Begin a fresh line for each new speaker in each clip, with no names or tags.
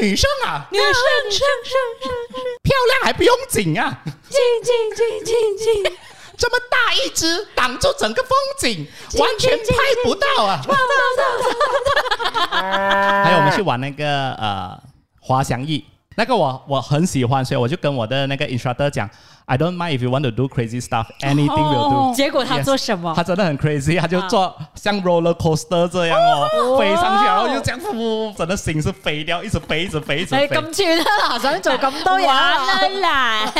女生啊，
女生生生生生，
漂亮还不用紧啊，
进进进进进，
这么大一只挡住整个风景，完全拍不到啊。
棒棒棒！
还有我们去玩那个呃滑翔翼，那个我我很喜欢，所以我就跟我的那个 instructor 讲，I don't mind if you want to do crazy stuff, anything will
哦
do。
结果他做什么？
他真的很 crazy，他就坐像 roller coaster 这样啊哦，飞上去，然后就这样，呼，整个心是飞掉，一直飞，一直飞，一直
你
飞。
咁串啦，嗱想做咁多
玩
嘢啦，
啦啦，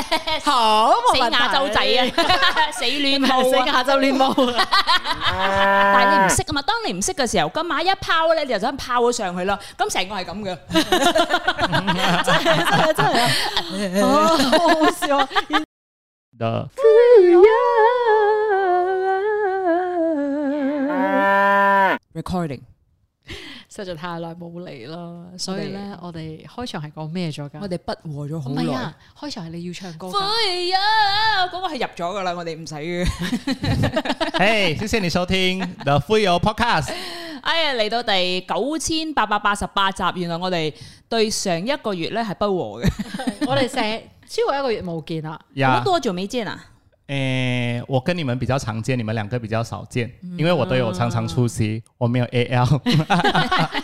好
死亞洲仔！ 啊，死戀
冇問題唔係
舞
死
啊！
亞洲亂 舞啊！
但係你唔識啊嘛，當你唔識嘅時候，咁馬一拋咧，你就想拋咗上去咯。咁成個係咁嘅。
真係真係 啊！哦好好笑啊！
的。
recording，
實在太耐冇嚟啦，所以咧我哋開場係講咩咗㗎？
我哋不和咗好
唔係
耐
啊。，開場係你要唱歌㗎。
灰啊！嗰個係入咗噶啦，我哋唔使嘅。
嘿，谢谢你收听 The f u y o Podcast。
哎呀，嚟到第九千八百八十八集，原來我哋對上一個月咧係不和嘅。
我哋成超過一個月冇見 啦，
我
呀
們，多久沒見啊？
诶，我跟你们比较常见，你们两个比较少见，因为我都有常常出席，我没有 AL。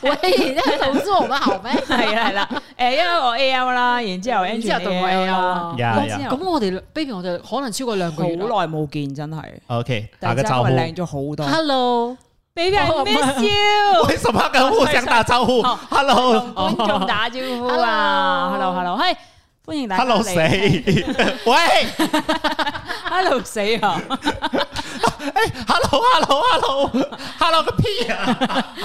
喂，真係老我
啊
們好咩？
係啦係啦，誒，因為我 A L 啦，然之後 a
然
n
之後到我
A
AL 啦
L
呀呀
咁
咁我哋 baby 我哋可能超過兩個
好
月啦。
耐冇見，真係。
OK，打
大家
个招呼。
靚咗好多。
Hello，
Baby I
哦
miss you，
为什么要跟互相打招呼
哦
？Hello，Hello
觀眾打招呼啊
Hello
，Hello Hello，嘿，歡迎大家嚟。
谁？喂
？Hello 死啊！
，Hello，Hello，Hello，Hello 个屁啊！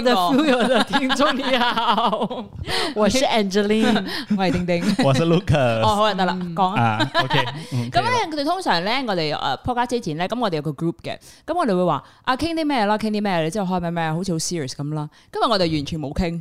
的
邊個
Fuyoh 的聽眾你好， 我是 Angeline。
我係丁丁。
我是
哦，
Lucas
好啊，得啦，講啊。
啊，OK，嗯
咁
可以了
咧，佢哋通常咧，我哋誒 podcast 之前咧，咁我哋有個 group 嘅，咁我哋會話啊傾啲咩啦，傾啲咩，你之後開咩咩，好似好 serious 咁啦。今日我哋完全冇傾，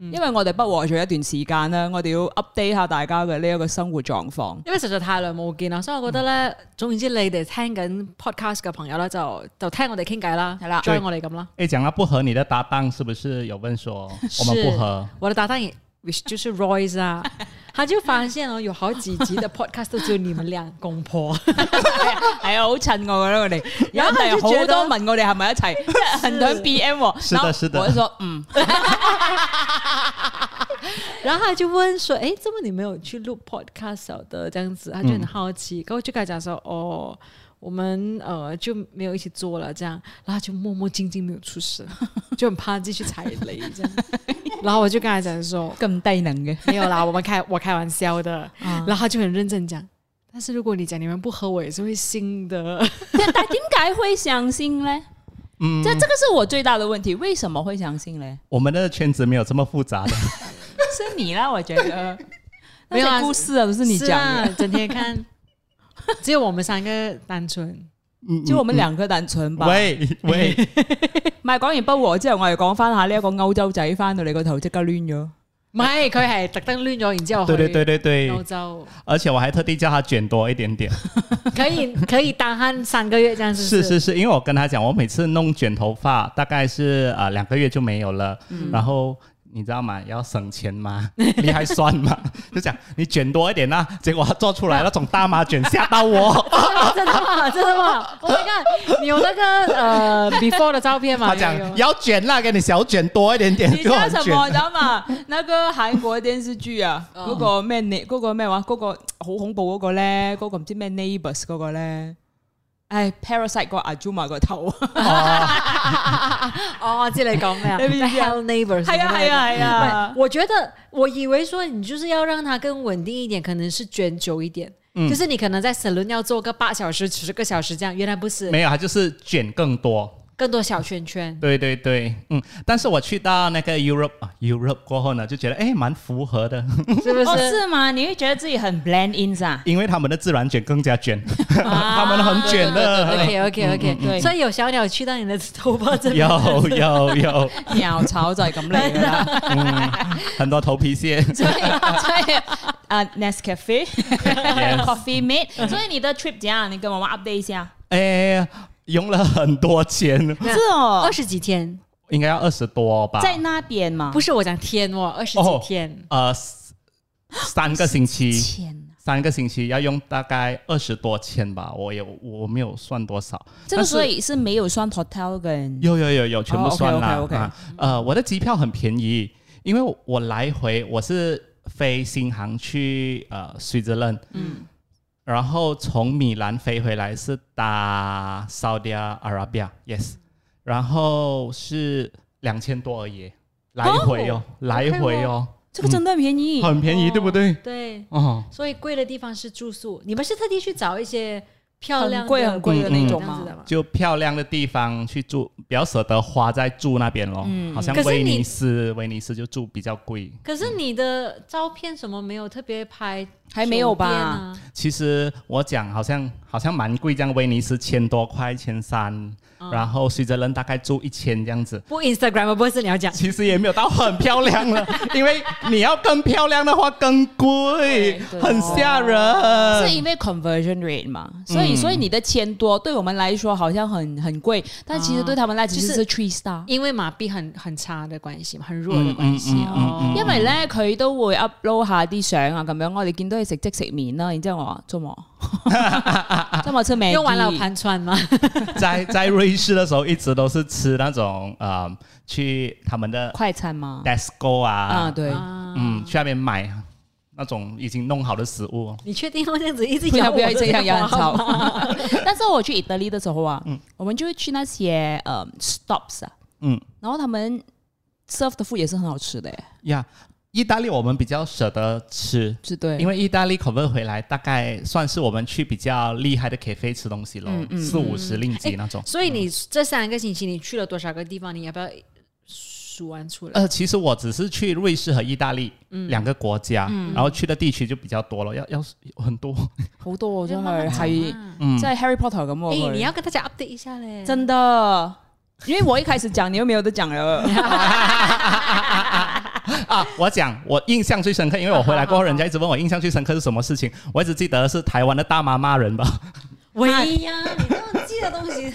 因為我哋不和咗一段時間啦，我哋要 update 下大家嘅呢一個生活狀 況。
因為實在太耐冇見啦，所以我覺得咧，
嗯
總言之，你哋聽緊 podcast 嘅朋友咧，就就聽我哋傾偈啦，
係啦
join 我哋咁啦。
哎，讲到不和你的搭档，是不是有问说我们不合？
我的搭档也 which 就是 Royce 啊，他就發現哦，有好幾集的 podcast 都只有你們兩公婆，
係啊，好襯我噶啦，我 哋有係好多問我哋係咪一 齊，即係很多人 PM 喎。
是的
然後
是的
我就說嗯，
然後他就問說：，誒，怎麼你沒有去錄 podcast 哦的？這樣子，他就很好
嗯
奇，然後就跟他講說：，哦，我們呃就沒有一起做了，這樣，然後他就默默靜靜沒有出 聲，就很怕繼續踩雷這樣。然後我就跟他講說：，
咁低能 嘅。
沒有啦，我們開我開玩笑的。然後他就很認真講，但是如果你講你們不喝，我也是會信 的。
但但點解會相信咧？
嗯
即，係這個是我最大的問題，為什麼會相信咧？
我们的圈子没有这么复杂的。
是你啦，我觉得。
没有啊
那些故事啊，都是你 讲
啊
的，，
整天看，只有我们三个单 纯。
嗯
就我们两个单纯吧。
喂喂，
唔係講完不和之後，我哋講翻下呢一個歐洲仔翻到嚟個頭即刻攣 咗。
唔係，佢係特登攣咗，哦然之後去
对对对对
歐
对，
洲，
而且我还特地叫他卷多一点点。
可以可以單慳三個月這樣子。
是是是，因为我跟他讲，我每次弄卷头发大概是啊两、个月就没有了，然后。你知道吗？要省钱吗？ 你还算吗？ 就讲你卷多一点啦、结果他做出来那种大妈卷，吓到我。
真的嗎？真的嗎？我看你有那個呃 before 的照片嘛？
他
有
讲要卷啦，给你小卷多一点点，
你知
就
道
很
什
卷
麼？你。知道嘛？啊那個韓國電視劇 啊，嗰個咩你嗰個咩話？嗰個好恐怖嗰個咧，嗰個唔知咩 Neighbors 嗰個咧。唉，Parasite 嗰個阿 Juma 個頭，
哦，我知你講咩啊
你知唔知啊
The？Hell Neighbors
係啊係啊係啊！
我觉得，我以为说你就是要让它更稳定一点，可能是卷久一点，
嗯
就是你可能在 salon 要做个八小时、十个小时这样，原来不是，
没有，他就是卷更多。
更多小圈 圈。
对对对，嗯，但是我去到那个 Europe 啊 Europe 过后呢，就觉得哎蛮符合的，
是不是？
哦，是嗎？你會覺得自己很啊 blend in 咋？
因为他们的自然卷更加卷，他
啊
们很卷的。
OK OK OK，
嗯
所以有小鸟去到你的头发这边，
有有有，嗯
苗草啊就係咁嚟㗎啦。
很多头皮屑。
所以所以啊，Nescafe
Yes
coffee mate，所以你的 trip 怎样？你跟妈妈 update 一下。
哎，用了很多钱，
是哦
二，十几天，
应该要二十多吧？
在那边嘛，
不
是
是我讲天哦，二十几
哦
天，
呃，s- 三个星期，
天哪，
三个星期要用大概二十多千吧，我也我没有算多少，
这个
但是
所以是没有算 hotel 跟
有有有有，全部算啦。
OK，OK，OK
啊呃，我的机票很便宜，因为我来回我是飞新航去呃瑞士兰，嗯，然后从米兰飞回来是搭 Saudi Arabia，yes，然后是两千多而已，来回哦，来回哦，
这个真的很便宜，
很便宜，
哦
对不对？
对，
哦，
所以贵的地方是住宿，你们是特地去找一些漂亮的、
很贵很贵
的那
种
这
吗
样子的吗？
就漂亮的地方去住，比较舍得花在住那边咯。好像
可是
威
你
尼斯，威尼斯就住比较贵。
可是你的照片什么没有特别拍、啊
还没有吧？
其实我讲好像好像蛮贵，这样威尼斯千多块，千三、然后随着人大概住一千这样子。
不 Instagram 不是你要讲，
其实也没有到很漂亮了， 因为你要更漂亮的话更贵
对，对
很吓
是
人。
因为 conversion rate 嘛，所以、
嗯
所以你的钱多对我们来说好像很很贵，但其实对他们来
啊
只
就是是
three star。
因为马币很很差的关系嘛，很弱的关系
嗯嗯
啊
嗯
哦。
因為咧佢都會 upload 下啲相啊，咁樣我哋見到佢食即食麵啦，然之後我話做乜？ 做乜出名？
用完了盘川吗？
嗯在在瑞士的时候，一直都是吃那种呃，去他们的
快餐嘛？
Tesco
啊，
啊，
對，
嗯，去那边买那种已经弄好的食物。
你确定要这样子一直
不
咬
要
我
不要
的
这样，有人
话
吵
吗。
但是我去意大利的時候啊，我們就會去那些呃 stops 啊，
嗯，
然後他們 serve 的 food 也是很好吃的耶，
呀，意大利我们比较舍得吃，
是對
因。为意大利 convert 回来，大概算是我们去比较厉害的 cafe 吃东西喽
嗯，嗯
四五十令吉那种。
所以你这三个星期你去了多少个地方？你要不要数完出来？
呃，其实我只是去瑞士和意大利
嗯
两个国家，然后去的地区就比较多了，要要很 多。
好多啊真
慢慢
係
講
係
啊
嗯
即係 Harry Potter 咁喎。
哎，
佢
你要跟大家 update 一下嘞。
真的，因為我一開始講，你又沒有得講 了。
啊，我讲我印象最深刻，因为我回来 过后，人家一直问我印象最深刻是什么事情，我一直记得是台湾的大妈骂人吧。
喂哎呀，你都记得东 西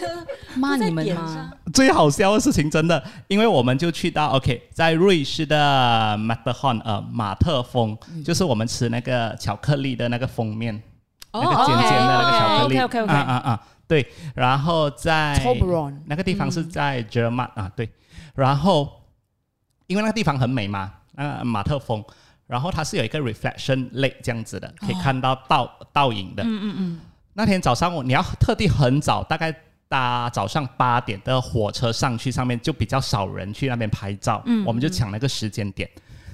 骂
在
你们
点
吗
上？
最好笑的事情，真的，因为我们就去到 OK，在瑞士的 Matterhorn 呃马特峰，就是我们吃那个巧克力的那个封面，
哦
那个尖尖的那个
哦
巧克力，
OK，OK，OK，OK
啊啊啊，对，然后在
Toblerone
那个地方是在 German、啊，对，然后因为那个地方很美嘛，那个马特峰，然后它是有一个 reflection lake 这样子的，可以看到倒、倒影的，那天早上我你要特地很早，大概搭早上八点的火车上去，上面就比较少人去那边拍照，我们就抢那个时间点。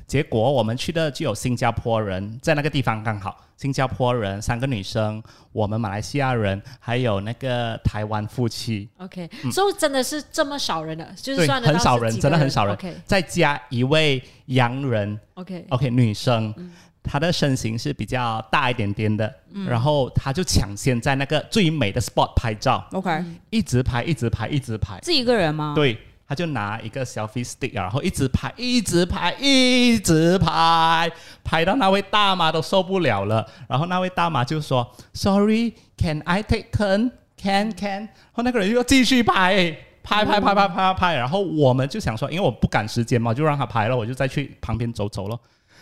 结果我们去的就有新加坡人，在那个地方刚好，新加坡人三个女生，我们马来西亚人，还有那个台湾夫妻，
OK，所以真的是这么少人的，就是
对，
算得
很
到
少
是
人，
几
真
个
的很少人
OK，
再加一位洋人，
OK，
OK，女生，
嗯
她的身形是比较大一点点的，然后她就抢先在那个最美的 spot 拍照，
OK，
一直拍，一直拍，一直拍。
自己一个人吗？
对，她就拿一个 selfie stick，然后一直拍，一直拍，一直拍，拍到那位大妈都受不了了。然后那位大妈就说：“Sorry，can I take turn？Can can。”然后那个人又继续拍。拍拍拍拍拍拍拍，然后我们就想说，因为我不赶时间嘛，就让她拍了，我就再去旁边走走咯。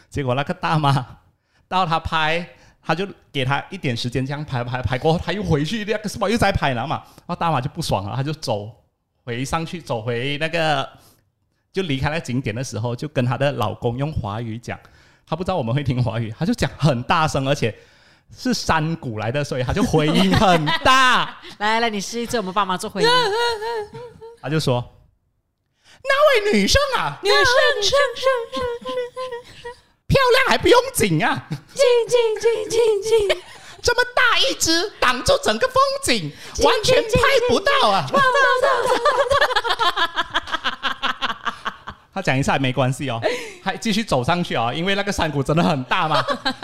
结果那个大妈到他拍，他就给他一点时间这样拍拍拍，过后他又回去那个什么又再拍，然后嘛，然后大马就不爽了，他就走回上去，走回那个就离开那个景点的时候，就跟她的老公用华语讲，她不知道我们会听华语，她就讲很大声，而且。是山谷来的，所以她就回音很大，
来来来，你试一次我们爸妈做回忆。
她就说：“那位女生啊，
女生生
漂亮还不用紧啊，
进进进 进进，
这么大一只挡住整个风景，完全拍不到啊！他讲一下也没关系 哦，还继续走上去哦，因为那个山谷真的很大嘛。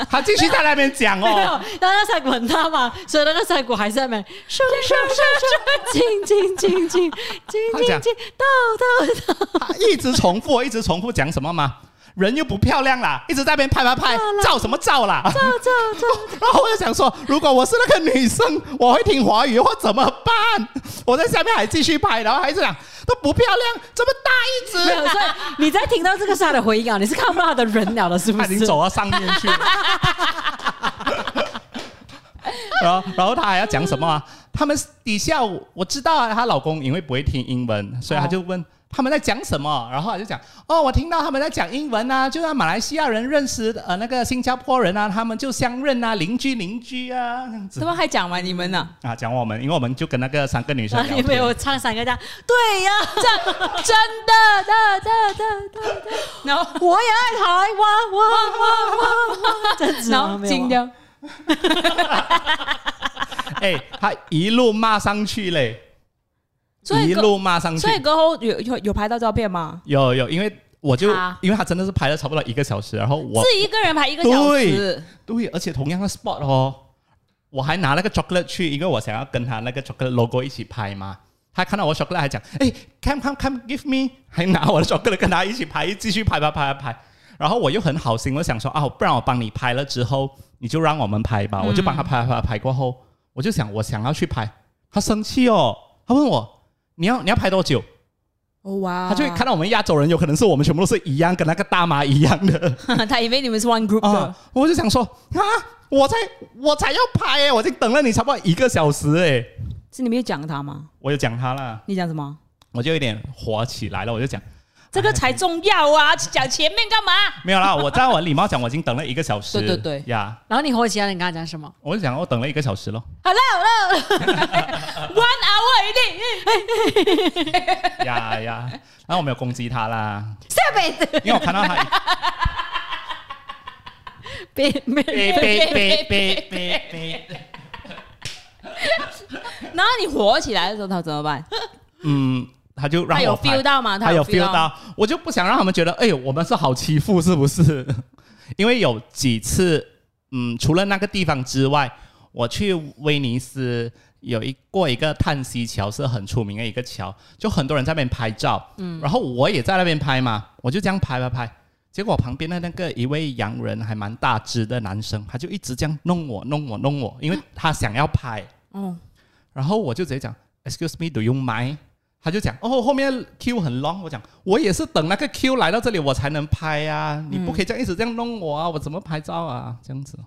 他继续在那边讲
没有
哦，，
那个山谷很大嘛，所以那个山谷还在没上 上上上，进进进进进进进到到 到，
他一直重复，一直重复讲什么嘛？人又不漂亮啦，一直在那边拍拍拍，照什么照啦？照照照。 然后我就想说，如果我是那个女生，我会听华语或怎么办？我在下面还继续拍，然后还是讲都不漂亮，这么大一只
没，有，所以你在听到这个是他的回音啊，你是看不到他的人了的，是不
他已经
是？
走到上面去 了。然后，然后他还要讲什么啊？他们底下我我知道啊，她老公因为不会听英文，所以他就问他们在讲什么，然后他就讲哦，我听到他们在讲英文啊，就让马来西亚人认识呃那个新加坡人啊，他们就相认啊，邻居邻居啊这样
怎
子
么还讲完你们呢？
啊，讲我们，因为我们就跟那个三个女生
然
聊
后你 没
天，
有唱三个这样，对呀，
真的的的的的的，然后
我也爱台湾，哇哇哇哇，这样子
然
啊
后
没有
惊
啊
掉，
哎，他一路骂上去嘞，
所以
一
个
路骂上去
所以，过后有有有拍到照片吗？
有有，因为我就
啊
因为他真的是拍了差不多一个小时，然后我
是一个人排一个小时
对，对，而且同样的 spot 哦，我还拿那个 chocolate 去，因为我想要跟他那个 chocolate logo 一起拍嘛。他看到我 chocolate 还讲，哎，come come come give me，还 拿我的 chocolate 跟他一起拍，继续拍拍拍拍拍。然后我又很好心，我想说啊，不然我帮你拍了之后，你就让我们拍吧。我就帮他拍拍拍过后，我就想我想要去拍，他生气哦，他问我你要你要拍多久？
哦哇
他就会看到我们亚洲人，有可能是我们全部都是一样，跟那个大妈一样的。
看，他以为你们是 one group 的
啊，，我就想说啊，我才我才要拍欸耶，我已经等了你差不多一个小时哎，
是你们有讲他吗？
我有讲他啦，
你讲什么？
我就有点火起来了，我就讲
这个才重要啊！讲前面干嘛？
没有 啦，我在我礼貌讲我已经等了一个小时，
对对对
呀
然后你火起来，你跟他讲什么？
我就讲我等了一个小时 咯，
好了好了 ，one hour 一定
呀呀，然后我没有攻击他啦，
下辈子
因为我看 到他
别别
哔哔哔哔哔哔，
然后你火起来的时候，他怎么办？
嗯，他就让
他有
我
feel
拍，
到吗？
他
有
有 feel 到，我就不想让他们觉得，哎呦，我们是好欺负，是不是？ 因为有几次，嗯，除了那个地方之外，我去威尼斯有一过一个叹息桥，是很出名的一个桥，就很多人在那边拍照，嗯，然后我也在那边拍嘛，我就这样拍拍拍。结果我旁边的那个一位洋人还蛮大只的男生，他就一直这样弄我弄我弄我，因为他想要拍，
哦，
然后我就直接讲，Excuse me，do you mind？他就讲，哦，后面 Q 很 long，我讲我也是等那个 Q 来到这里我才能拍啊，你不可以这样一直这样弄我啊，我怎么拍照啊？这样子，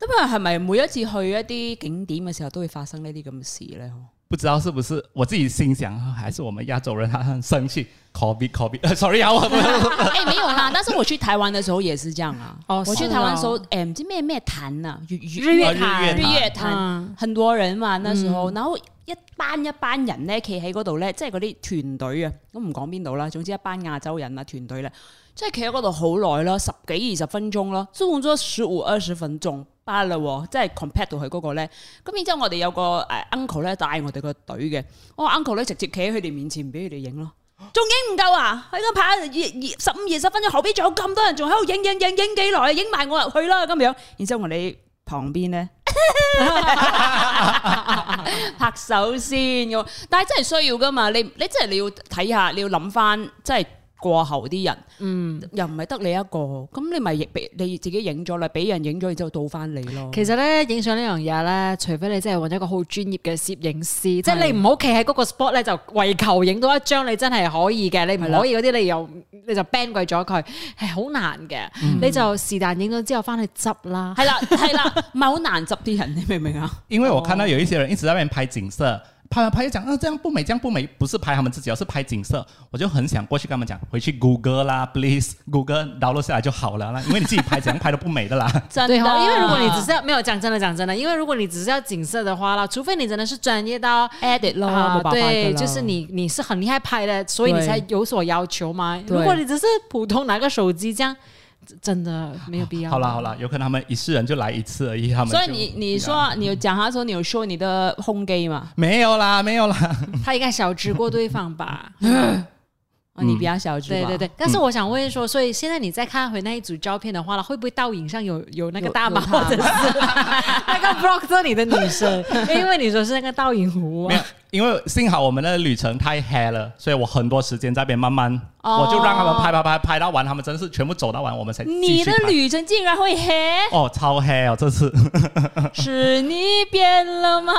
咁啊，係咪每一次去一啲景點嘅時候都會發生呢啲咁嘅事咧？
不知道是不是我自己心想，啊还是我们亚洲人他很生气，COVID COVID，呃，sorry 啊，我
哎、没有啦， 但是我去台灣嘅時候也是這樣啊。
哦
我去
是
台灣嘅時候
哦，
哎、唔知咩咩潭啊，日
日月
潭
日月潭。啊嗯
嗯
很多人嘛，那時候，然後一班一班人咧，企喺嗰度咧，即係嗰啲團隊啊，咁唔講邊度啦，總之一班亞洲人啊團隊咧，即係企喺嗰度好耐啦，十幾二十分鐘啦，租咗十五二十分鐘巴啦喎，即係 compact 到佢嗰個咧。咁然之後我哋有個誒 uncle 咧帶我哋個隊嘅，我 uncle 咧直接企喺佢哋面前俾佢哋影咯。仲影唔夠啊！喺度拍二二十五二十分鐘，後邊仲有咁多人，仲喺度影影影影幾耐，影埋我入去啦咁樣。然之後我哋旁邊咧。拍手先咁，但係真係需要噶嘛？你你真係你要睇下，你要諗翻，真係過後啲人，嗯，又唔係得你一個，咁你咪亦俾你自己影咗啦，俾人影咗，然之後倒翻你咯。
其實咧，影相呢樣嘢咧，除非你真係揾一個好專業嘅攝影師，即係你唔好企喺嗰個 spot 咧，就為求影到一張你真係可以嘅，你
係
唔
啦
可以嗰啲你又你就 ban 鬼咗佢，係好難嘅。你就是但影咗之後翻去執啦。
係啦係啦，唔係好難執啲人，你明唔明啊？
因为我看到有一些人一直在那边拍景色，拍完拍就讲，啊，这样不美，这样不美，不是拍他们自己，而是拍景色。我就很想过去跟他们讲，回去 Google 啦，please，Google 导落下来就好了啦，因为你自己拍怎样拍都不美的啦。
真
对哈，
的
因为如果你只是要沒有講真的講真的，因為如果你只是要景色的話啦，除非你真的是專業到
edit 咯，
啊
冇辦，法
对，
㗎啦
就是你你是很厉害拍的，所以你
对
才有所要求嘛。
对
如果你只是普通拿个手机这样，真的没有必要。
好啦好啦，有可能他们一世人就来一次而已，他们
所以
就
你你说你有讲他说你有 show 你的胸肌嘛？
没有啦，没有啦，
他应该小直过对方吧？
啊，
嗯
你比较小只吧
对对对。但是我想问说，所以现在你再看回那一组照片的话了，会不会倒影上有有那个
有
大妈
有
或
他
者是那个 block 这里的女生？因为你说是那个倒影湖
没
啊
有，因为幸好我们的旅程太黑了，所以我很多时间在那边慢慢，
哦
我就让他们拍拍拍拍到完，他们真是全部走到完，我们才 继
你
续
的
拍
旅程竟然会黑，
哦超黑哦，这 次
是你变 了吗？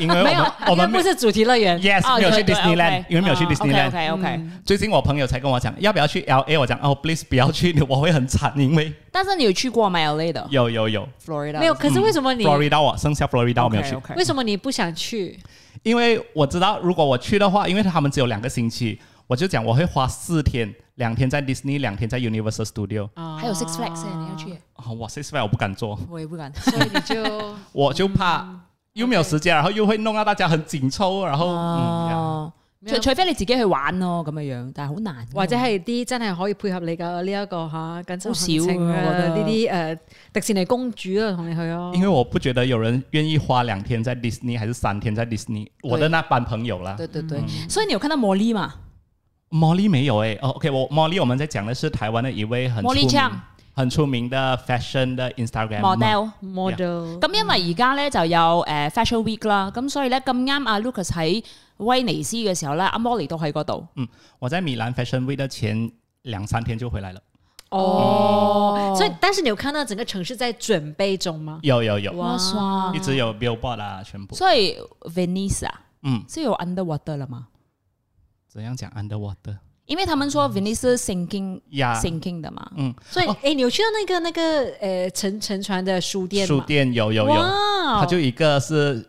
因为我
没有
们，我
因为
们
不是主题乐园。嗯
yes、
哦
没有去
对对
Disneyland，、
OK
因为没有去
哦
Disneyland。
OK OK，
哎最近我朋友才跟我讲要不要去 L A，我讲哦 please 不要去，我会很惨，因为
但是你有去过吗？LA 的
有有有
Florida
没有，可是为什么你、
Florida 我剩下 Florida 我没有去。
为什么你不想去？
因为我知道，如果我去的话，因为他们只有两个星期，我就讲我会花四天，两天在 Disney，两天在 Universal Studio。
啊
还有 Six Flags 欸你要去？
啊，哇 six five 我不敢做，
我也不敢。
哦所以你就
我就怕
嗯
又没有时间，然后又会弄到大家很紧凑，然后嗯，
哦，
沒
除
有
除非你自己去玩咯，咁嘅樣，但係好難。
或者係啲真係可以配合你嘅呢一個吓緊湊行程
好少啊我覺
啊，
得
呢啲诶迪士尼公主啊，同你去咯。
嗯因为我不觉得有人愿意花两天在 Disney 还是三天在 Disney，我的那班朋友啦。
對對對，
嗯
所以你有看到茉莉嘛？
茉莉没有诶、哦，OK，我茉莉我们在讲的是台湾的一位很出
Molly
名
Chang
很出名的 fashion 的 Instagram
model。
model
咁因為而家咧就有誒、呃 Fashion Week 啦，咁所以咧咁啱阿 Lucas 喺威尼斯嘅時候咧，阿 Molly 都喺嗰度。
我在米兰 Fashion Week 的前两三天就回来了，
哦，所以但是你有看到整个城市在准备中吗？
有有有，
哇塞
一！直有 billboard 啊，全部。
所以 Venice 啊，
嗯，
是有 underwater 了嘛？
怎样讲 underwater
因為他們
嗯
說 Venice 是 sinking
呀？
啊
sinking 的嘛。
嗯，
所以哎、诶你有去到那个那个呃沉沉船的书店
书
吗？
店有有有，
哇哦
它就一个是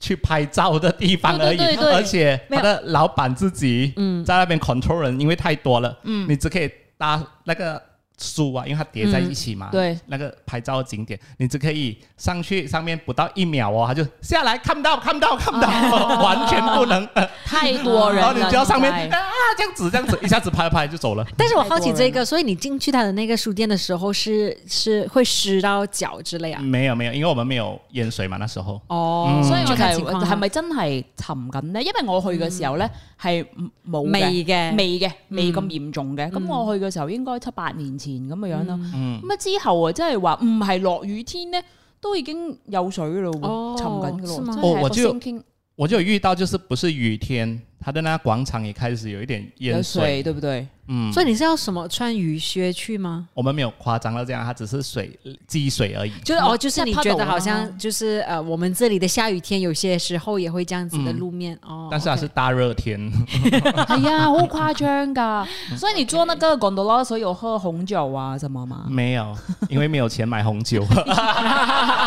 去拍照的地方而已，
对对对对
而且
没
它
有
的老板自己在那边 control 人，因为太多了，嗯，你只可以搭那个书啊，因为它叠在一起嘛，
嗯对，
那个拍照景点，你只可以上去上面不到一秒哦，它就下来看不到看不到看不到，完全不能，
太多人
然
了，
后你就要上面
現在
啊这样子这样子一下子拍拍就走了。
但是我好
太
奇
多人
这个，所以你进去他的那个书店的时候是是会湿到脚之类啊？
没有没有，因为我们没有淹水嘛，那时候
哦，
所以
就
我
看
係
情況啦
係咪真係沉緊咧？因為我去嘅時候咧係冇
嗯
嘅
未嗯嘅
未嘅，未咁嚴重嘅。咁、我去嘅時候應該七八年前咁嘅樣啦。
嗯
咁啊、之後啊，即係話唔係落雨天咧，都已經有水咯喎，
哦
沉緊嘅咯
是嗎
喎。
哦我就
真係個 sinking
我就有遇到，就是不是雨天，它的那广场也开始有一点
有
淹
水，對不對？
嗯，
所以你是要什么穿雨靴去吗？
我们没有夸张到这样，它只是水积水而已。
就是哦，就是你
那怕
觉
抖
得
了
好
吗
像就是呃，我们这里的下雨天有些时候也会这样子的
嗯
路面、哦，
但是它
OK
是大热天，
係啊，好誇張㗎。 所以你坐那個 gondola 所以有喝紅酒啊什麼嘛？
没有，因为没有钱买红 酒。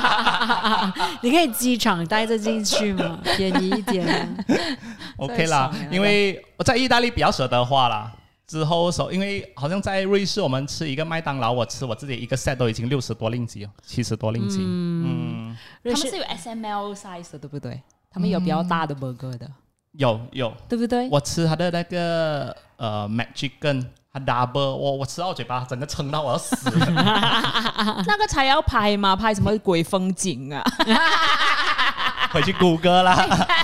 你可以机场带着进去吗？便宜一点啊。
OK 啦
爽啊，
因为我在意大利比较舍得花啦。之后手，因为好像在瑞士，我们吃一个麦当劳，我吃我自己一个 set 都已经六十多令吉哦，七十多令吉。嗯，
他
瑞
們
士
是有 S M L size 的，對不對？他們有比較大的 burger 的，
有有，
對不對？
我吃它的那个呃 magic 跟它 double，我我吃到我嘴巴整个撑到我要死。
那個才要拍嘛，拍什麼鬼風景啊？
回去谷歌 啦。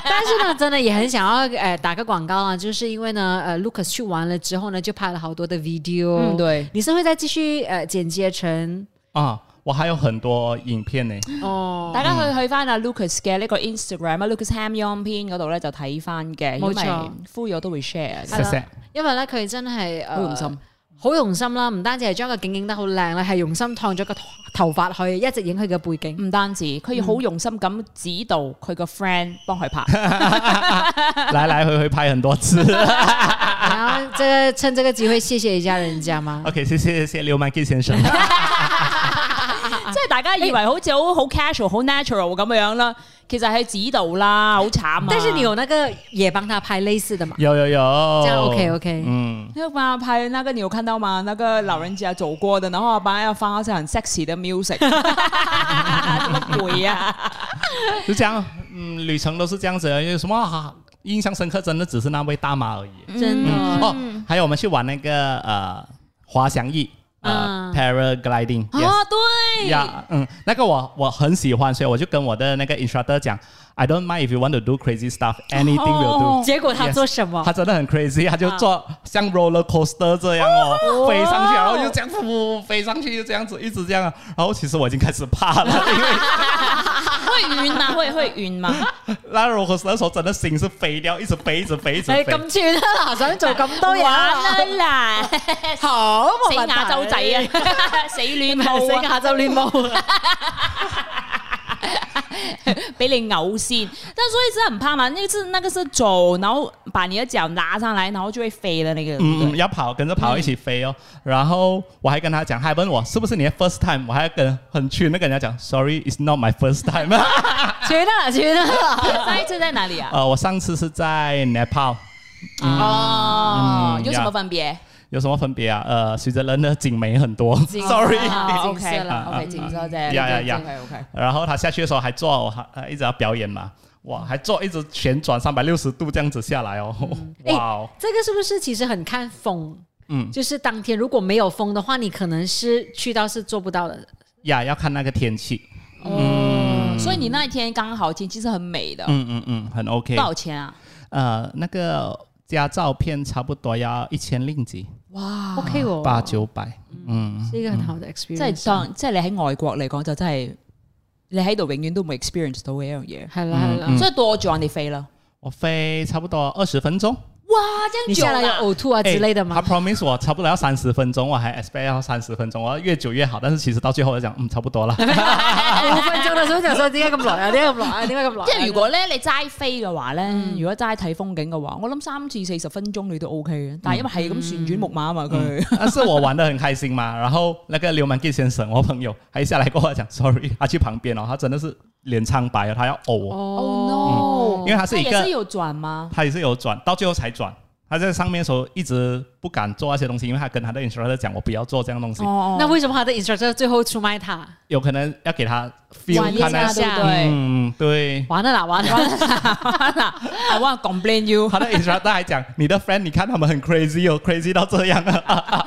但是呢，真的也很想要呃打个广告啊，就是因为呢，呃，Lucas 去玩了之后呢，就拍了好多的 video。
嗯，，對。
你是会再继续呃剪接成
啊，我还有很多影片呢。
哦，
大家去去翻阿 Lucas 嘅呢個 Instagram 啊，Lucas Ham Yon 篇嗰度咧就睇翻嘅，因
冇
為
錯
呼友都會 share 嘅。
謝謝。
因为咧佢真系
好用心，
好用心啦，唔單止係將個景影得好靚啦，係用心燙咗個頭頭髮去，一直影佢嘅背景。
唔單止，佢要好用心咁指導佢個 friend 幫佢 拍。
来来回回拍很多 次。
然后这个趁这个机会谢谢一下人家 嘛。
OK，谢谢谢谢刘曼基先 生。
即係大家以為好似好好 casual、好 natural 咁樣啦，其實係指導啦，好慘啊！
但是你有那个也帮他拍类似的嘛？
有有有。
哦
这样 OK OK，
嗯，
那个嘛，拍那个你有看到吗？那個老人家走過的，然後阿爸要放一些很 sexy 的 music，怎麼鬼啊？
就这样。嗯，旅程都是这样子的，有什么好印象深刻？真的只是那位大妈而已。
嗯
真的哦
哦，还有我们去玩那个呃滑翔翼。呃
嗯
，paragliding，yes、
哦
啊，對。
呀，嗯，那个我我很喜欢，所以我就跟我的那个 instructor 讲 I don't mind if you want to do crazy stuff, anything will do。
哦
结果他
Yes
做什么
他？真的很 crazy，他就坐像 roller coaster 这样哦，飞上去，然后又这样呼飞上去，就这样子一直这样啊。然后其实我已经开始怕了，因为
会晕啊，会会晕 嘛？
那 roller coaster 的时候真的心是飞掉，一直飞，一直飞，一直
你
飞。
哎咁串啊啦，嗱 想做咁多嘢啦，
玩 啦，
好
死
冇問題
亞洲仔啊， 死戀
死
舞啊，
亞洲戀舞啊！
俾你嘔心。但所以真的很怕嘛，那个是那个是走，然后把你的脚拿上来，然后就会飞的那个。
嗯嗯，要跑跟着跑一起飞哦。然后我还跟他讲，他还问我是不是你的 first time，我还跟很去那跟人家讲，sorry，it's not my first time 。
串啦，串啊啦，
上一次在哪里啊？
呃，我上次是在 Nepal，
哦，
嗯
有什么
呀
分别？
有什么分别啊？呃，随着人的景美很多，sorry。
啊
景色
，OK
啦
啦
啊
，OK，景色在。
呀呀呀
OK OK。
然后他下去的时候还做，我还呃一直要表演嘛，哇，还做一直旋转三百六十度这样子下来哦，
诶
哇哦，
这个是不是其实很看风？
嗯
就是当天如果没有风的话，你可能是去到是做不到的。
呀，要看那个天气，
哦，所以你那一天刚好天气是很美的，
嗯嗯嗯，很 OK
多。少钱啊？
呃，那个加照片差不多要一千令吉，
哇
OK 哦，
八九百，嗯。
是一個很好的 experience。
即係當即係你喺外國嚟講就真係你喺度永遠都唔會 experience 到嘅一樣嘢，
係
嗯
啦係啦，
所以多咗人哋飛啦。
我飞差不多二十分钟，
哇！
你
真
下來有
啦，
呕吐啊之類的
诶
嗎？
他 promise 我差不多要三十分钟，我还 expect 要三十分钟，我要越久越好。但是其实到最后我就讲，嗯，差不多了。
五分鐘啦，所以就說點解咁耐啊？點解咁耐啊？點解咁耐啊？
即係如果咧你齋飛嘅話咧，如果齋睇風景嘅話，我諗三至四十分鐘你都 OK 嘅。但係因為係咁旋轉木馬啊嘛， 佢
但是我玩的很开心嘛。然后那个刘满吉先生，我朋友还下来跟我讲，sorry，他去 旁边哦，他真的是脸苍白了，他要呕哦，嗯
Oh no
因为他是
佢
一
也是
个，
有轉嗎？
哦他也是有转，到最后才转。他在上面的时候一直不敢做那些东西，因为他跟他的 instructor 讲，我不要做这样东西，
哦
那為什麼他的 instructor 最後出賣他？
有可能要给他
玩
feel
一
看
下
他，
對不對？
嗯，对。
玩啊啦，玩 啦，
I want to complain you。
他的 instructor 还讲，你的 friend，你看他们很 crazy 哦，crazy 到这样啊。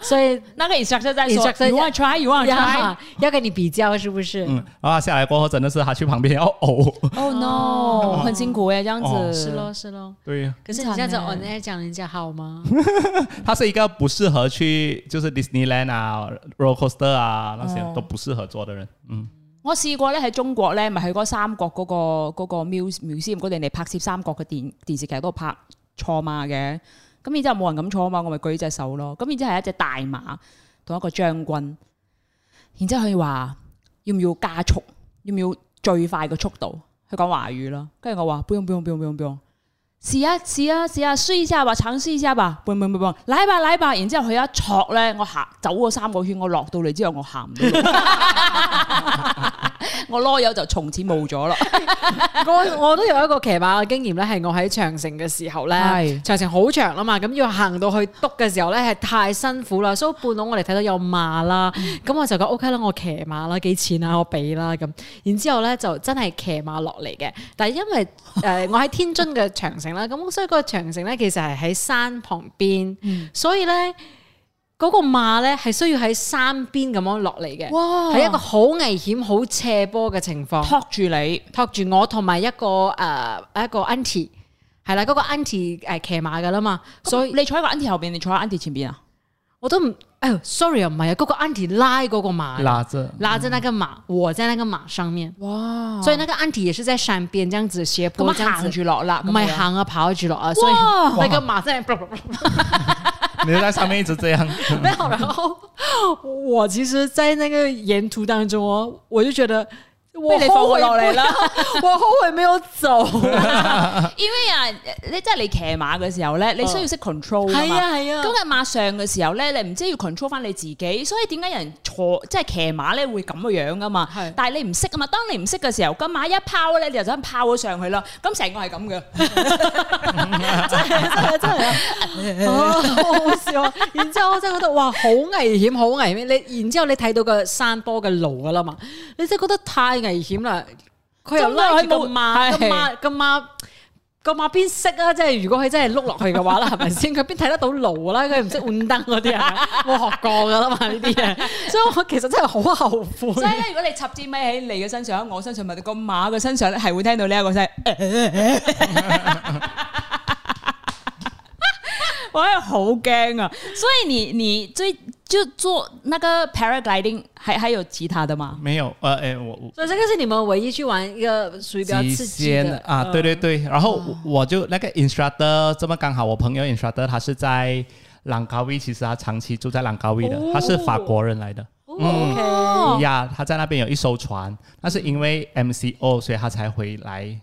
所 以
那個 instructor 在說
Instructor-
you want try you want try。
要要跟你比較，是不是？
嗯，然后他下来过后，真的是他去旁边要呕。
Oh no！很辛苦诶，這樣
哦
子。
是咯，是咯。
对，
可哦是你这样子
很慘
on
欸
air 讲人家好吗？
他是一个不适合去就是 Disneyland 啊、roller coaster 啊那些
哦
都不适合做的人。嗯，
我試過咧喺中國咧，咪去嗰三國嗰、個嗰、個 muse museum 嗰度嚟拍攝三國嘅電電視劇，都拍錯馬嘅。咁然之後冇人敢坐嘛，我咪舉隻手咯。咁然之後係一隻大馬同一個將軍。然之後佢話要唔要加速，要唔要最快嘅速度？佢講華語啦，跟住我話不用不用不用不用不用，試啊試啊試啊試一下吧，嘗試一下吧，不用不用不用，嚟吧嚟吧。然之後佢一戳咧，我行走咗三個圈，我落到嚟之後我行唔到路。我啰柚就從此冇咗啦。
我我都有一個騎馬嘅經驗咧，係我喺長城嘅時候咧
係，
長城好長啦嘛，咁要行到去篤嘅時候咧，係太辛苦啦，所以半路我哋睇到有馬啦，咁我就講 OK 啦，我騎馬啦，幾錢啊，我俾啦咁，然之後咧就真係騎馬落嚟嘅，但係因 為誒、呃我喺天津嘅長城啦，咁所以個長城咧其實係喺山旁邊，所以咧。嗰個馬咧係需要喺山邊咁樣落嚟嘅，
哇
係一個好危險、好斜坡嘅情況。
托住你，
托住我同埋一個誒、呃一個 auntie，係啦，嗰、個 auntie 誒騎馬噶啦嘛，所
所
以
以你坐喺個 a u n t 後邊，你坐喺 a u n t 前邊啊？
我都唔，哎呦，sorry 啊，唔係啊，嗰、個 auntie 拉嗰個馬，
拉着
拉着那個馬，我在那個馬上面，
哇！
所以那個 auntie 也是在山邊這樣子斜坡，
咁
這樣
行
子
住落啦，
唔係
咁樣。
行啊，跑住落啊，所以
哇
那個馬在那邊。
你就在上面一直这样，
没有，然后我其实，在那个沿途当中哦，我就觉得我
被你
后
放
悔
落嚟啦，
我後悔沒有走。
因為啊，你即係你騎馬嘅時候咧，你需要識 control
嗯
㗎
係
嘛
啊係啊
咁喺馬上嘅時候咧，你唔知要 control 翻你自己，所以點解有人坐即係騎馬咧會咁嘅樣噶嘛
係？
但係你唔識啊嘛，當你唔識嘅時候，個馬一拋咧，你就想拋咗上去啦。咁成個係咁嘅。
啊好好笑啊！然之後我真係覺得哇，好危險，好危險！你然之後你睇到個山坡嘅路噶啦嘛，你真係覺得太危險啦！佢又拉住個
真係佢冇
馬，
係
個馬個馬個馬邊識啊？即係如果佢真係碌落去嘅話啦，係咪先？佢邊睇得到路啦？佢唔識換燈嗰啲啊，冇學過噶啦嘛呢啲嘢，所以我其實真係好後悔。
所以 咧，如果你插支咪喺你嘅身上，喺我身上，咪個馬嘅身上咧，係會聽到呢一個聲。 我係好驚啊！所以你你最就做那個 paragliding，還還有其他的嗎？
没有，呃，哎，我我
所以这个是你们唯一去玩一个属于比较
极
刺激
限
的
啊，对对对。然后我我就那个 instructor，这么刚好我朋友 instructor 他是在朗高威，其实他长期住在朗高威的，他是法国人来的。
哦
呀他在那边有一艘船，但是因为 MCO，所以他才回来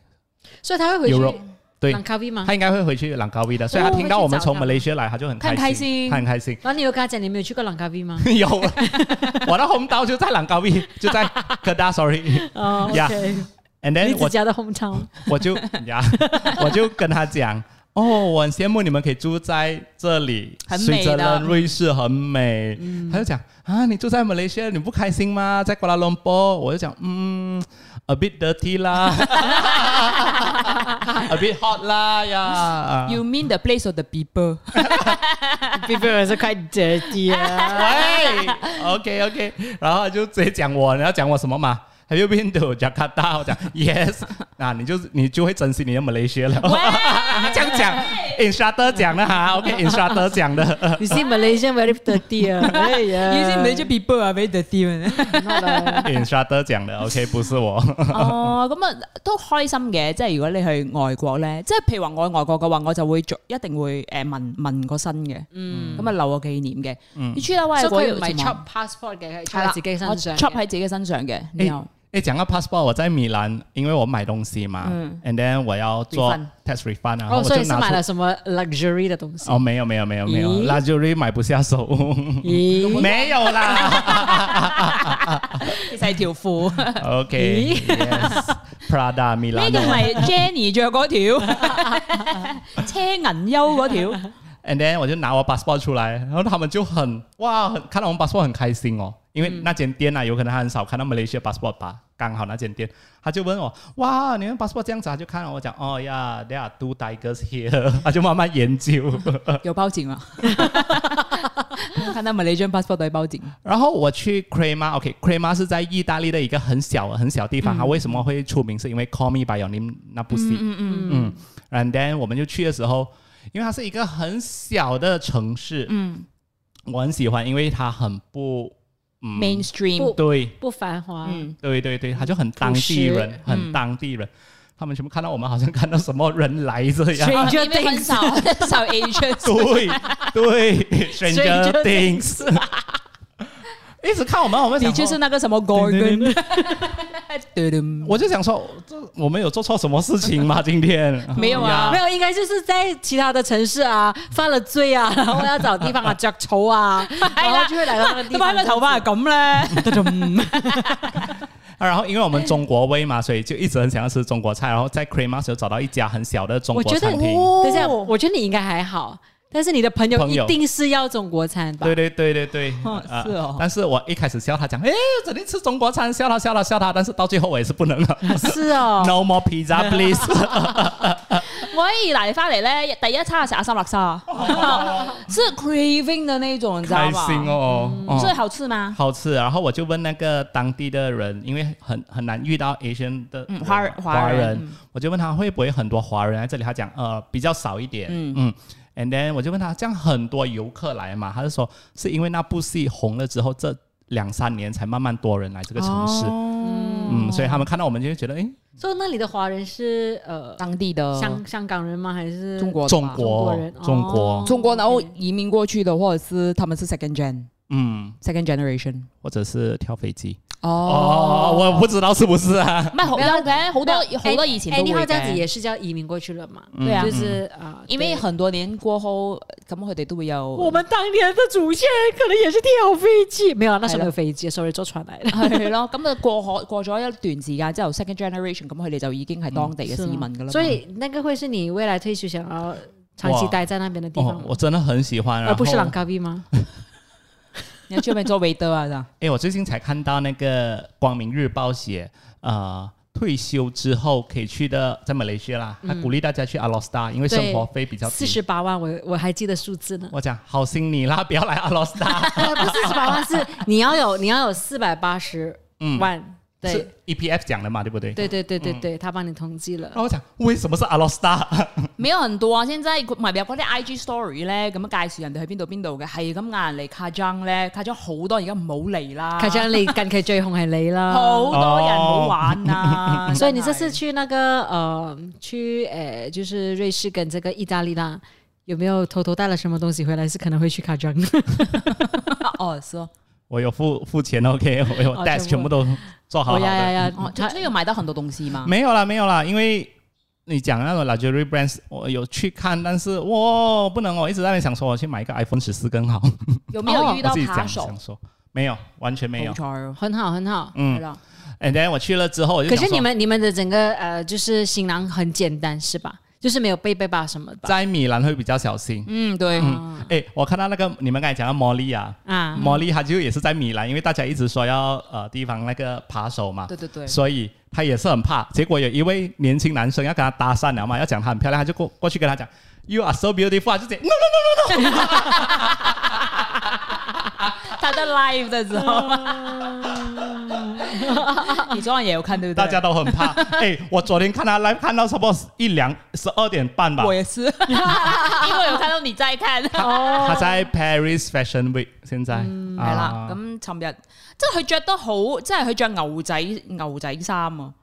所以他会回
Europe
去。
对，
朗咖啡吗？
他应该会回去朗高威的，所以他听到我们从马来西亚来，他就很开
他很开心
心，他很开心。
然后你有跟他讲你没有去过朗咖啡吗？
有，啊我的红刀就在朗高威，就在科大，sorry。
哦哎
Yeah
，OK，
And
你
then
自
我
家的 hometown。
我就呀，我就跟他讲， 哦，我很羡慕你们可以住在这里，
很
虽
美的嗯
着呢瑞士很美。他就讲啊，你住在马来西亚，你不开心吗？在瓜拉隆坡，我就讲嗯，a bit dirty 啦 ，a bit hot 啦呀。啊
You mean the place of the people？
People 是 quite dirty 啊。
喂，OK OK，然后就直接讲我，你要讲我什么嘛？Have you been to Jakarta？我讲 Yes，那、啊、你就你就会珍惜你的马来西亚了。 这样讲，instructor
哎
讲的哈，OK，instructor、讲的。
You see Malaysian very dirty 啊。哎呀
You see Malaysian people 啊，very dirty 啊
not a-
instructor 讲的，OK，不是我，
哦，咁啊都開心嘅，即係如果你去外國咧，即係譬如話我去外國嘅話，我就會做一定會誒紋紋個身嘅，咁啊留個紀念嘅。你出到外
所
國
以佢
有
唔
冇
係 chop passport 嘅，係
係
chop 喺
啦
自己身上
我
嘅。
chop 喺自己身上嘅，然後
诶，讲到 passport，我在米兰，因为我买东西嘛、a n d then 我要做
Refund
tax refund，然后啊
嗯哦，
我
所
就
以是买
拿
了
出。
什么 luxury 的东西？
哦，没有没有没有没有
咦
，luxury 买不下手，
咦？
没有啦。
其實係條褲，呢
OK，Prada 米兰
個係 Jenny 着嗰條車銀優嗰條，
，and then 我就拿我 passport 出来，然后他们就很哇，很看到我们 passport 很开心哦，因为那间店啊，有可能他很少看到 Malaysia passport 吧，刚好那间店，他就问我，哇，你们 passport 这样子啊，他就看了我讲，哦呀，there are two tigers here，他 就慢慢研究，
有包剪啊！我 看到咪你張 passport 都係包剪，
然后我去 Crema，OK，Crema、是在意大利的一个很小很小地方，它为什么会出名，是因为 Call Me by Your Name 那部戏，
嗯嗯。
嗯，and then 我们就去的时候，因为它是一个很小的城市，
嗯
我很喜欢，因为它很不，嗯，
mainstream，
不
对
不繁华。
嗯，
对对对，它就很当地人，
朴实嗯
很当地人。他们全部看到我们，好像看到什么人来这样。
Stranger
因為很
Things
少很少 Asians，
对对，Stranger
Stranger
Things，一直看我们，我们
你
想
就是
说，
那個什麼 Gorgon，嘟 嘟
我就想说，这我们有做错什么事情吗？今天
没有啊
呀
没有，应该就是在其他的城市啊，犯了罪 啊，然后要找地方啊，脚臭啊， 然后就会来到那个地
點解
方。
個頭髮係 咁咧？
啊，然后因为我们中国胃嘛，所以就一直很想要吃中国菜。然后在 Crema 时候找到一家很小的中
我
国
觉得哦
餐厅，
等一下，我觉得你应该还好，但是你的朋友
朋
一
友
定是要中国餐吧？
对对对对对，
哦
啊
是哦
但是我一开始笑他讲，哎，整天吃中国餐，笑他笑他笑他，但是到最后我也是不能了。
是 哦。
No more pizza, please！
我喺意大利翻嚟咧，第一餐係食阿三辣沙， 是 craving 的那种，你知道
哦开
嘛？
心哦，
嗯
哦
所以好吃吗？
好吃。然后我就问那个当地的人，因为很很难遇到 Asian 的
嗯
人
华
华
人华人
人，我就问他会不会很多华人来这里，他讲呃比较少一点，嗯 And then 我就问他，这样很多游客来嘛？他就说是因为那部戏红了之后，这两三年才慢慢多人来这个城市，
哦
嗯，所以他们看到我们就会觉得，诶，
所以那里的华人是呃
当地的
香香港人吗？还是
中？国的
中
吧
国
中国人哦
中国，
中国，然后移民过去的，或者是他们是 second gen
嗯，
second generation
或者是跳飞机，哦，
哦，
我不知道是不是啊
唔係好有嘅，好多好多以前
哎，
都
你
會
好，这样子
嘅，
也是叫移民过去了嘛？
嗯
對啊
就，是啊，
因為
对
很多年過後，咁佢哋都會有
我们当年的祖先可能也是跳飞机，没有啊，那时候没
来了
有飞机，sorry，坐船来的。
係咯，咁啊過海過咗一段時間之後，second generation 咁佢哋就已經係當地嘅市民噶啦嘛。
所以那个会是你未来退休想要长期
哇
待在那边的地
哦
方，吗
我？真的很喜欢，
而
然
不是
后
朗咖啡吗？
你 要專門做 waiter 啊？
诶，我最近才看到那个《光明日报》写，呃，退休之后可以去的，在马来西亚啦，他鼓励大家去阿罗斯达，因为生活费比较低
嗯四。十八万，我我还记得数字呢。，
我讲好心你啦，不要来 阿罗斯达
不是四十八万，是你要有你要有四百八十万，
嗯
对
是嗯 EPF 讲的嘛，对不对？
对对对对对，他帮你统计了
然。后我讲为什么是阿罗斯达？
未有人到啊！先真唔係有嗰啲 IG story 咧，咁樣介紹人哋去邊度邊度嘅，係咁嗌人嚟卡張咧，卡張好多而家唔好嚟啦，
卡江，你近期最紅係你啦，
好多人好玩
哦
啊！
所以你
真
這
係
次去那個呃去呃就是瑞士跟這個意大利啦，有沒有偷偷帶了什麼東西回來？是可能會去卡 江。
哦，是哦，
我有付付钱，OK，我有
哦
desk 全
全
部
部
都做好好
哦
的。
呀呀呀
哦，，就
他
所以有買到很多東西嘛。
嗯没有啦，没有啦，因为你讲那个 luxury brands，我有去看，但是我不能哦，我一直在那里想说我去买一个 iPhone 十四更好。
有沒有遇
哦 我
到
自己
扒
讲
手
想？说没有，完全没有
冇。錯哦，
很好很好。
係
嗯
啦，
，and then 我去了之后，我就
可
想
是你
说，
們你們的整個呃就是行囊很簡單是吧？就是没有背背包什麼的吧？
在米兰会比较小心。
嗯，對，
嗯，哎，我看到那个你们刚才讲到茉莉啊，
啊，
茉莉她就也是在米兰，因为大家一直说要呃地方那个扒手嘛，
對對對，
所以她也是很怕。结果有一位年轻男生要跟她搭讪了啊嘛，要讲她很漂亮，她就过过去跟她讲，You are so beautiful，她就嗯讲 No No
他在 live 的時候， 你昨晚也有看對不對？
大家都很怕。哎、我昨天看他 live 看到差不多一两十二点半吧
我，也是，因為有看到你在看。
他在 Paris Fashion Week 现在、啊
系嗯啦，咁尋日即係佢着得好，即係佢着牛仔牛仔衫啊，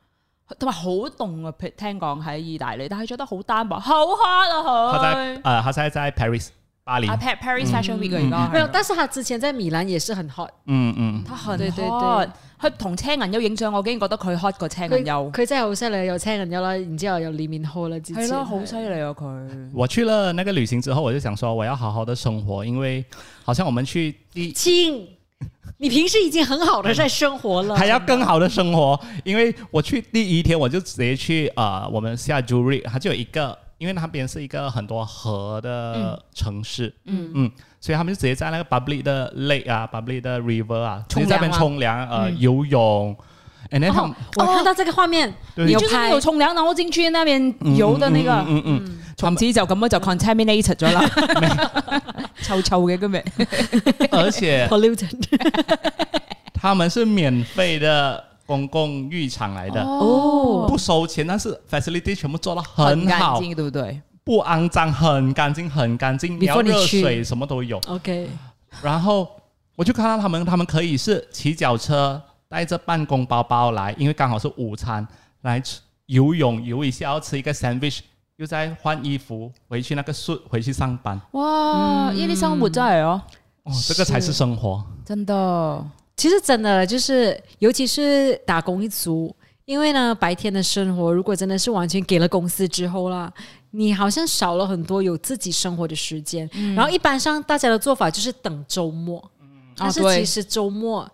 同埋好凍啊！譬聽講喺意大利，但係佢着得好單薄，好 hot
他
啊
在
佢。
呃他在在 Paris 巴黎
啊，Pa-，Paris Fashion Week 啊
没有
而，家係，
但是他之前在米蘭也是很 hot。
嗯嗯，
他很
對對對
hot。佢同車銀優影相，我竟然覺得佢 hot 過車銀優，
佢真係好犀利，有車人優啦，然之後有李敏镐啦，之前
係 咯，好犀利啊佢。
我去了那个旅行之后，我就想说我要好好的生活，因为好像我们去第。
亲，你平时已经很好的在生活了，
还要更好的生活，因为我去第一天我就直接去呃，我们下朱瑞，它就有一个，因为那边是一个很多河的城市，嗯嗯，所以他们就直接在那个 public 的 lake 啊，public 的 river 啊，直
冲
接在那边
凉啊
冲凉，呃，游泳，and then 他们
哦。我看到这个画面，
对
你
你
有
就是
拍
有沖涼，然後進去那邊游的那個，
嗯嗯，
從此就咁樣就 contaminated 咗啦，臭臭嘅今日。
而且
polluted
他们是免费的公共浴场来的，
哦
不收钱，但是 facility 全部做的
很
很
乾
好，
淨，對不對？
不肮脏，很干净，很干净，你要
Before 你
热
去
水什么都有。
OK，
然后我就看到他们，他们可以是骑脚车带着办公包包来，因为刚好是午餐来吃游泳游一下，要吃一个 sandwich，又再换衣服回去那个 suit 回去上班。
哇！呢啲生活真係哦，
哦，这个才是
是
生活。
真的
其实真的就是，尤其是打工一族，因为呢白天的生活如果真的是完全给了公司之后啦。你好像少了很多有自己生活的时间，然后一般上大家的做法就是等周末，
嗯
但是
對
其实周末，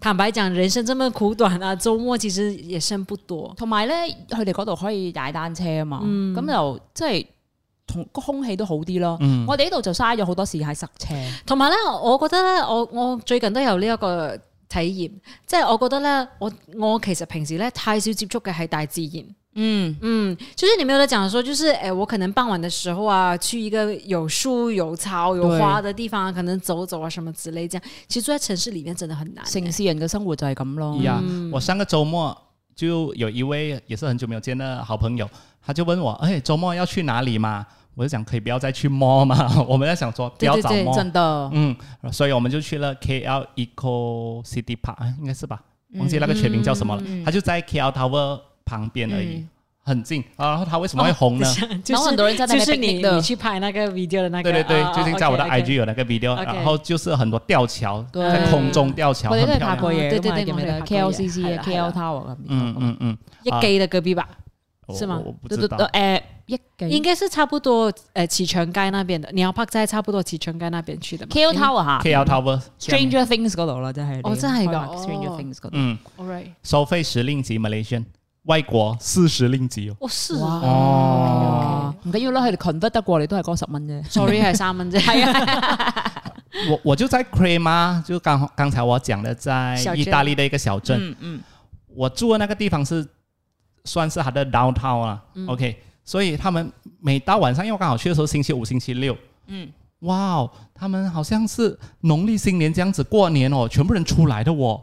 坦白讲，人生这么苦短啊，周末其实也剩不多。
同埋咧，佢哋嗰度可以踩單車啊嘛，咁就即係同個空氣都好啲咯。我哋呢度就嘥咗好多時間塞車，
同埋咧，我覺得咧，我我最近都有呢一個體驗，即係我覺得咧，我我其實平時咧太少接觸嘅係大自然。
嗯
嗯，就是你沒有得講說，就是誒、我可能傍晚的時候啊，去一個有樹、有草、有花的地方啊，可能走走啊，什麼之類，這樣。其實住在城市裡面真的很難、
城市人嘅生活就係咁咯。
嗯
呀、我上个周末就有一位也是很久没有见的好朋友，他就问我，哎，周末要去哪里嘛？我就讲可以不要再去 mall 嘛，我们在想说不要
对对
找
对
mall，
真的，
嗯，所以我们就去了 KL Eco City Park，啊应该是吧？
嗯
忘记那个全名叫什么了。它就在 KL Tower 旁边而已，
嗯
很近。啊然后它为什么会红呢？
就
然後
是
很多人在那邊
就是
picnic
你
的
你去拍那個 video 的那個，
对对对，
啊
最近在我的
OK，OK
IG 有那个 video，、
OK
然后就是很多吊桥，
對
在空中吊桥，
我
很
哋
漂
都係拍
亮。
過嘢
對
㗎
對
嘛，
對
記唔記
我
得
哋拍過嘢
KLCC
係
嘅
啦
KL 啊 Tower 咁？
嗯嗯嗯，
一 K 的隔壁吧，
我
是嗎
我我不
對
知
對
道
對。誒一
應
幾
該是差不多呃启程街那邊的，你要拍在差不多启程街那邊去的嘛。
KL Tower 下
啊嗯
KL Tower 下面
Stranger Things 嗰度啦，真係
哦真係㗎
開埋 Stranger
哦
Things 嗰度。
嗯，
Alright，
收费十令吉 Malaysian，外国四十令吉哦。
哦是
哇
哦
唔緊要啦，佢哋 convert 得過你都係嗰十蚊啫。
，sorry 係三 蚊啫，係啊，
我我就在 Crema，就刚刚才我讲的，在
小
意
镇
大利的一个小镇。
嗯。
我住的那个地方是算是它的 downtown 啊、o
嗯
k 所以他们每到晚上，因为我刚好去的时候星期五、星期六，
嗯，
哇哦，他们好像是农历新年这样子过年哦，全部人出来的哦。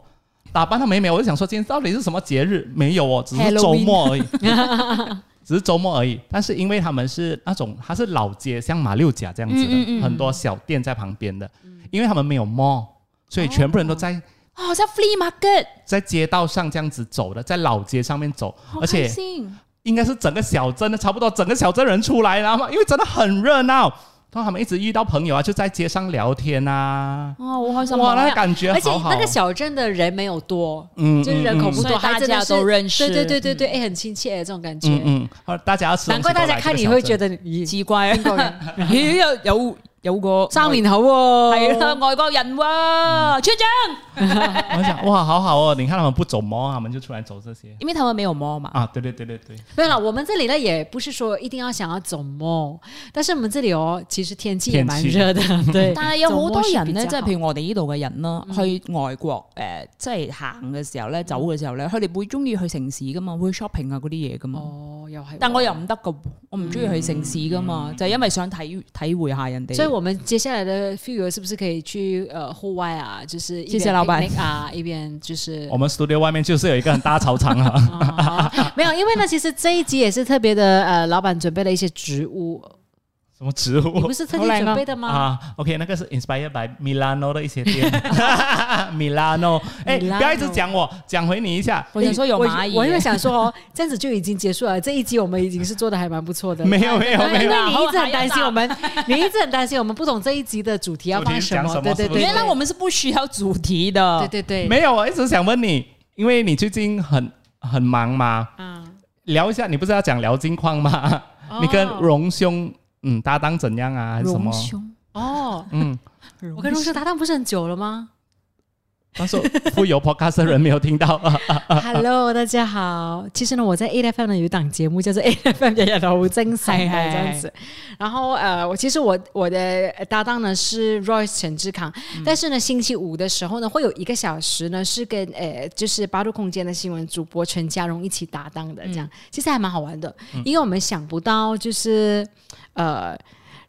打扮的美美，我就想说今天到底是什么节日？没有哦，只是周末而已， 只是周末而已。但是因为他们是那种，它是老街，像马六甲这样子的，
嗯嗯嗯嗯
很多小店在旁边的。因为他们没有 mall，所以全部人都在、
哦，好像 flea market，
在街道上这样子走的，在老街上面走，
好
而且
开心
应该是整个小镇的，差不多整个小镇人出来了嘛，因为真的很热闹。然后他们一直遇到朋友啊，就在街上聊天啊，
哦，好开心
哇，
啊！
那感觉
而且
好好。
那个小镇的人没有多，
嗯
就是人口不
所以
多，
大
还真的
家
是
都认识
对
嗯
对对对对，哎，很亲切这种感觉
嗯。嗯，好，大家要吃东
难
西
怪
都
大
来
家
这个
看你
小
會
鎮
覺得咦，
奇怪啊，
英國人
咦有有有個
三年後喎，
係啦，外國人嗯喎，村長，
我想哇，好好哦，你看他们不走猫，他们就出来走这些
因為他們沒有摸嘛，
啊，对对对对对，
没有了，我们这里呢也不是说一定要想要走么，但是我们这里哦，其实天气也蛮热的，对。
但係有好多人咧，即係
係
譬如我哋呢度嘅人啦，去外國誒、呃即係行嘅時候咧，走嘅時候咧，佢哋會中意去城市噶嘛，會 shopping 啊嗰啲嘢
嗯
噶嘛。
哦，又係。
但我又唔得噶，我唔中意去城市噶嘛，就係因為想體體會下人哋。
所以我们接下来的 few years 是不是可以去呃户外啊？就是一
谢谢
边
老板
picnic 啊，一边就是
我们 studio 外面就是有一个很大操场 啊，
哦没有，因为呢，其实这一集也是特别的呃，老板准备了一些植物，
什么植
你
物
不是特
好
地
靓啊
准备的吗？
啊？OK，那个是 inspired by Milano 的一些店 ，Milano，哎，不要一直
Milano
讲我，讲回你一下，
我想說有
我
螞
我因为
蟻，
想说哦，这样子就已经结束了，这一集我们已经是做的还蛮不错的。
没有没有
因
没有，
为你一直
好
很担心我们，你一直很担心我们不懂这一集的主题要放
主题讲什么
对对
是不
对，
是
原來我们是不需要主題的。
对对对，
没有，我一直想问你，因为你最近很很忙嘛，
啊，
聊一下，你不是要讲聊近况吗？
哦
你跟荣兄嗯搭档怎样啊？还是什么
榮？兄，
哦，
嗯，
我跟荣叔搭档不是很久了吗
但是富有 podcast 的人没有听到 啊。
？Hello，大家好。其实呢，我在 A F M 呢有一档节目叫做 A F M 日日都好精神
係
嘅
係
这样子。然后呃，我其实我我的呃搭档呢是 Royce 陈志康，但是呢，星期五的时候呢，会有一个小时呢是跟呃就是八度空间的新闻主播陈嘉荣一起搭档的，这样、其实还蛮好玩的，因为我们想不到就是呃。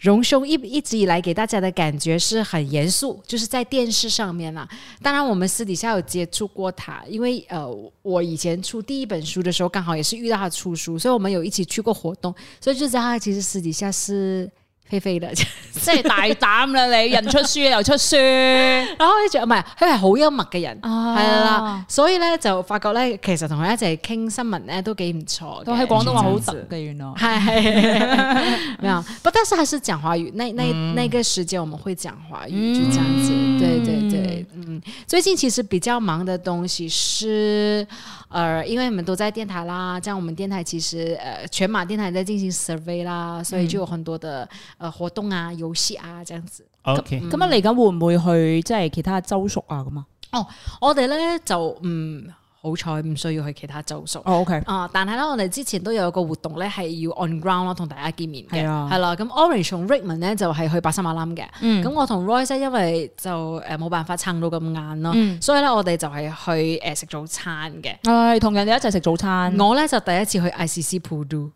荣兄一一直以来给大家的感觉是很严肃，就是在电视上面啊啦。当然，我们私底下有接触过他，因为呃，我以前出第一本书的时候，刚好也是遇到他出书，所以我们有一起去过活动，所以就知道他其实私底下是菲菲的。
即係大膽啦你，人出書又出 書，
然後咧就唔係，佢係好幽默嘅人，係
啊
啦，所以咧就發覺咧，其實同佢一齊傾新聞咧都幾唔錯嘅。
都喺廣東話好
這樣
特
子
嘅原來。
係係，沒有，不，但是還是講華語。那那、那個時間我們會講華語，就這樣子。對對對，嗯，最近其實比較忙的東西是，呃，因為我們都在電台啦，這樣我們電台其實呃全馬電台在進行 survey 啦，所以就有很多的呃活動啊、遊戲啊這樣子。
哦 OK，
嗯
咁啊，嚟緊會唔會去即係其他州屬啊咁啊？
我哋咧就唔好彩唔需要去其他州屬。
哦，OK，
啊！但係咧，我哋之前都有個活動咧，係要 on ground 咯，同大家見面嘅，
係啊
係啦。咁 Orange 同 Rickman 咧就係去巴沙馬冧嘅，咁、
嗯
我同 Royce 呢因為就誒冇辦法撐到咁晏咯，
嗯
所以咧我哋就係去呃誒食早餐嘅。
唉，同人哋一齊食早餐。
我咧就第一次去 ICC Pudu，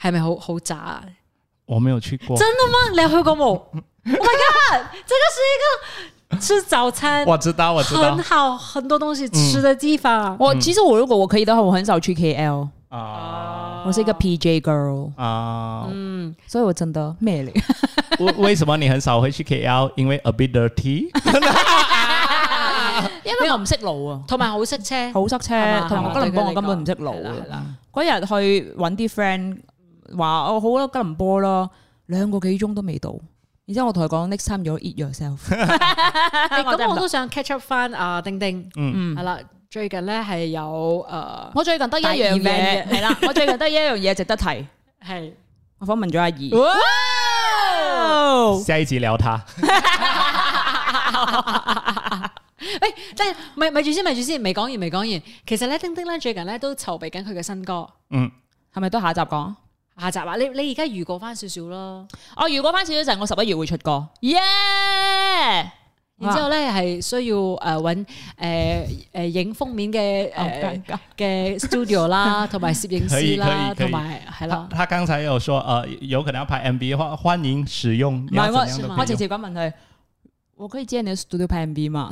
係咪好好渣啊？
我没有去过，
真的嗎？你有去過冇？Oh my god！這個是一個吃早餐
我知道，我知道
很好很多東西吃的地方。
我其实我如果我可以的话，我很少去 KL，
啊
我是 一 个 PJ girl，
啊。
嗯
所以我真的咩嚟？
为为什么你很少会去 KL？因为 a bit dirty。
因为我唔識路啊，
同埋好識車，
好塞
係
車，
嘛
同埋吉隆坡我
係嘛
根本唔識路
係啦係
啊。
啦
嗰日去揾啲 friend 話哦好啦，吉隆坡啦，兩個幾鐘都未到。然之後我同佢講 next time you eat yourself，
誒
我真係
哎咁
唔
我
得
都想 catch up 翻啊，丁丁，
嗯
嗯，係啦，最近咧係有呃誒
我最近得一
大
樣
event
嘢
嘅
係啦，我最近得一樣嘢值得提，
係
我訪問咗阿怡。
下一集聊他。
喂，但係咪咪住先，咪住先，未講完，未講完。其實咧，丁丁咧最近咧都籌備緊佢嘅新歌
嗯，
係咪都下集講？
下集啊，你你而家預告翻少少咯。
我如果翻少少陣，我十一月會出歌。耶！
然之後咧係需要呃誒揾誒誒呃影封面嘅誒
尬。
嘅 studio 啦，同埋攝影
可以
師啦，
可以可以
同埋係
他
啦，
他刚才有说，呃，有可能要拍 MV 的话，欢迎使用。
唔
你要
係
怎样都
我，
可
我
以
直
用。
接咁問佢，我可以借你 studio 拍 MV 嘛？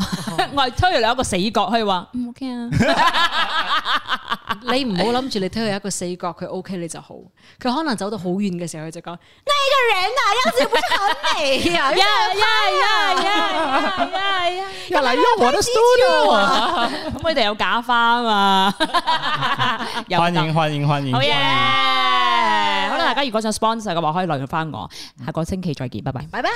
我係推咗你一個死角，佢話唔 OK 啊，
你唔好諗住你睇佢一個四角，佢 OK 你就好。佢可能走到好遠嘅時候，佢就講：那一個人啊，樣子不是很美呀、
呀呀呀呀 呀呀！
要来用我的 studio 啊！
咁佢哋有假花啊嘛，有
欢
得
迎欢迎欢迎！
好嘢！
欢迎
好啦，大家如果想 sponsor 嘅話，可以來用翻我。下個星期再見，拜拜。
拜拜。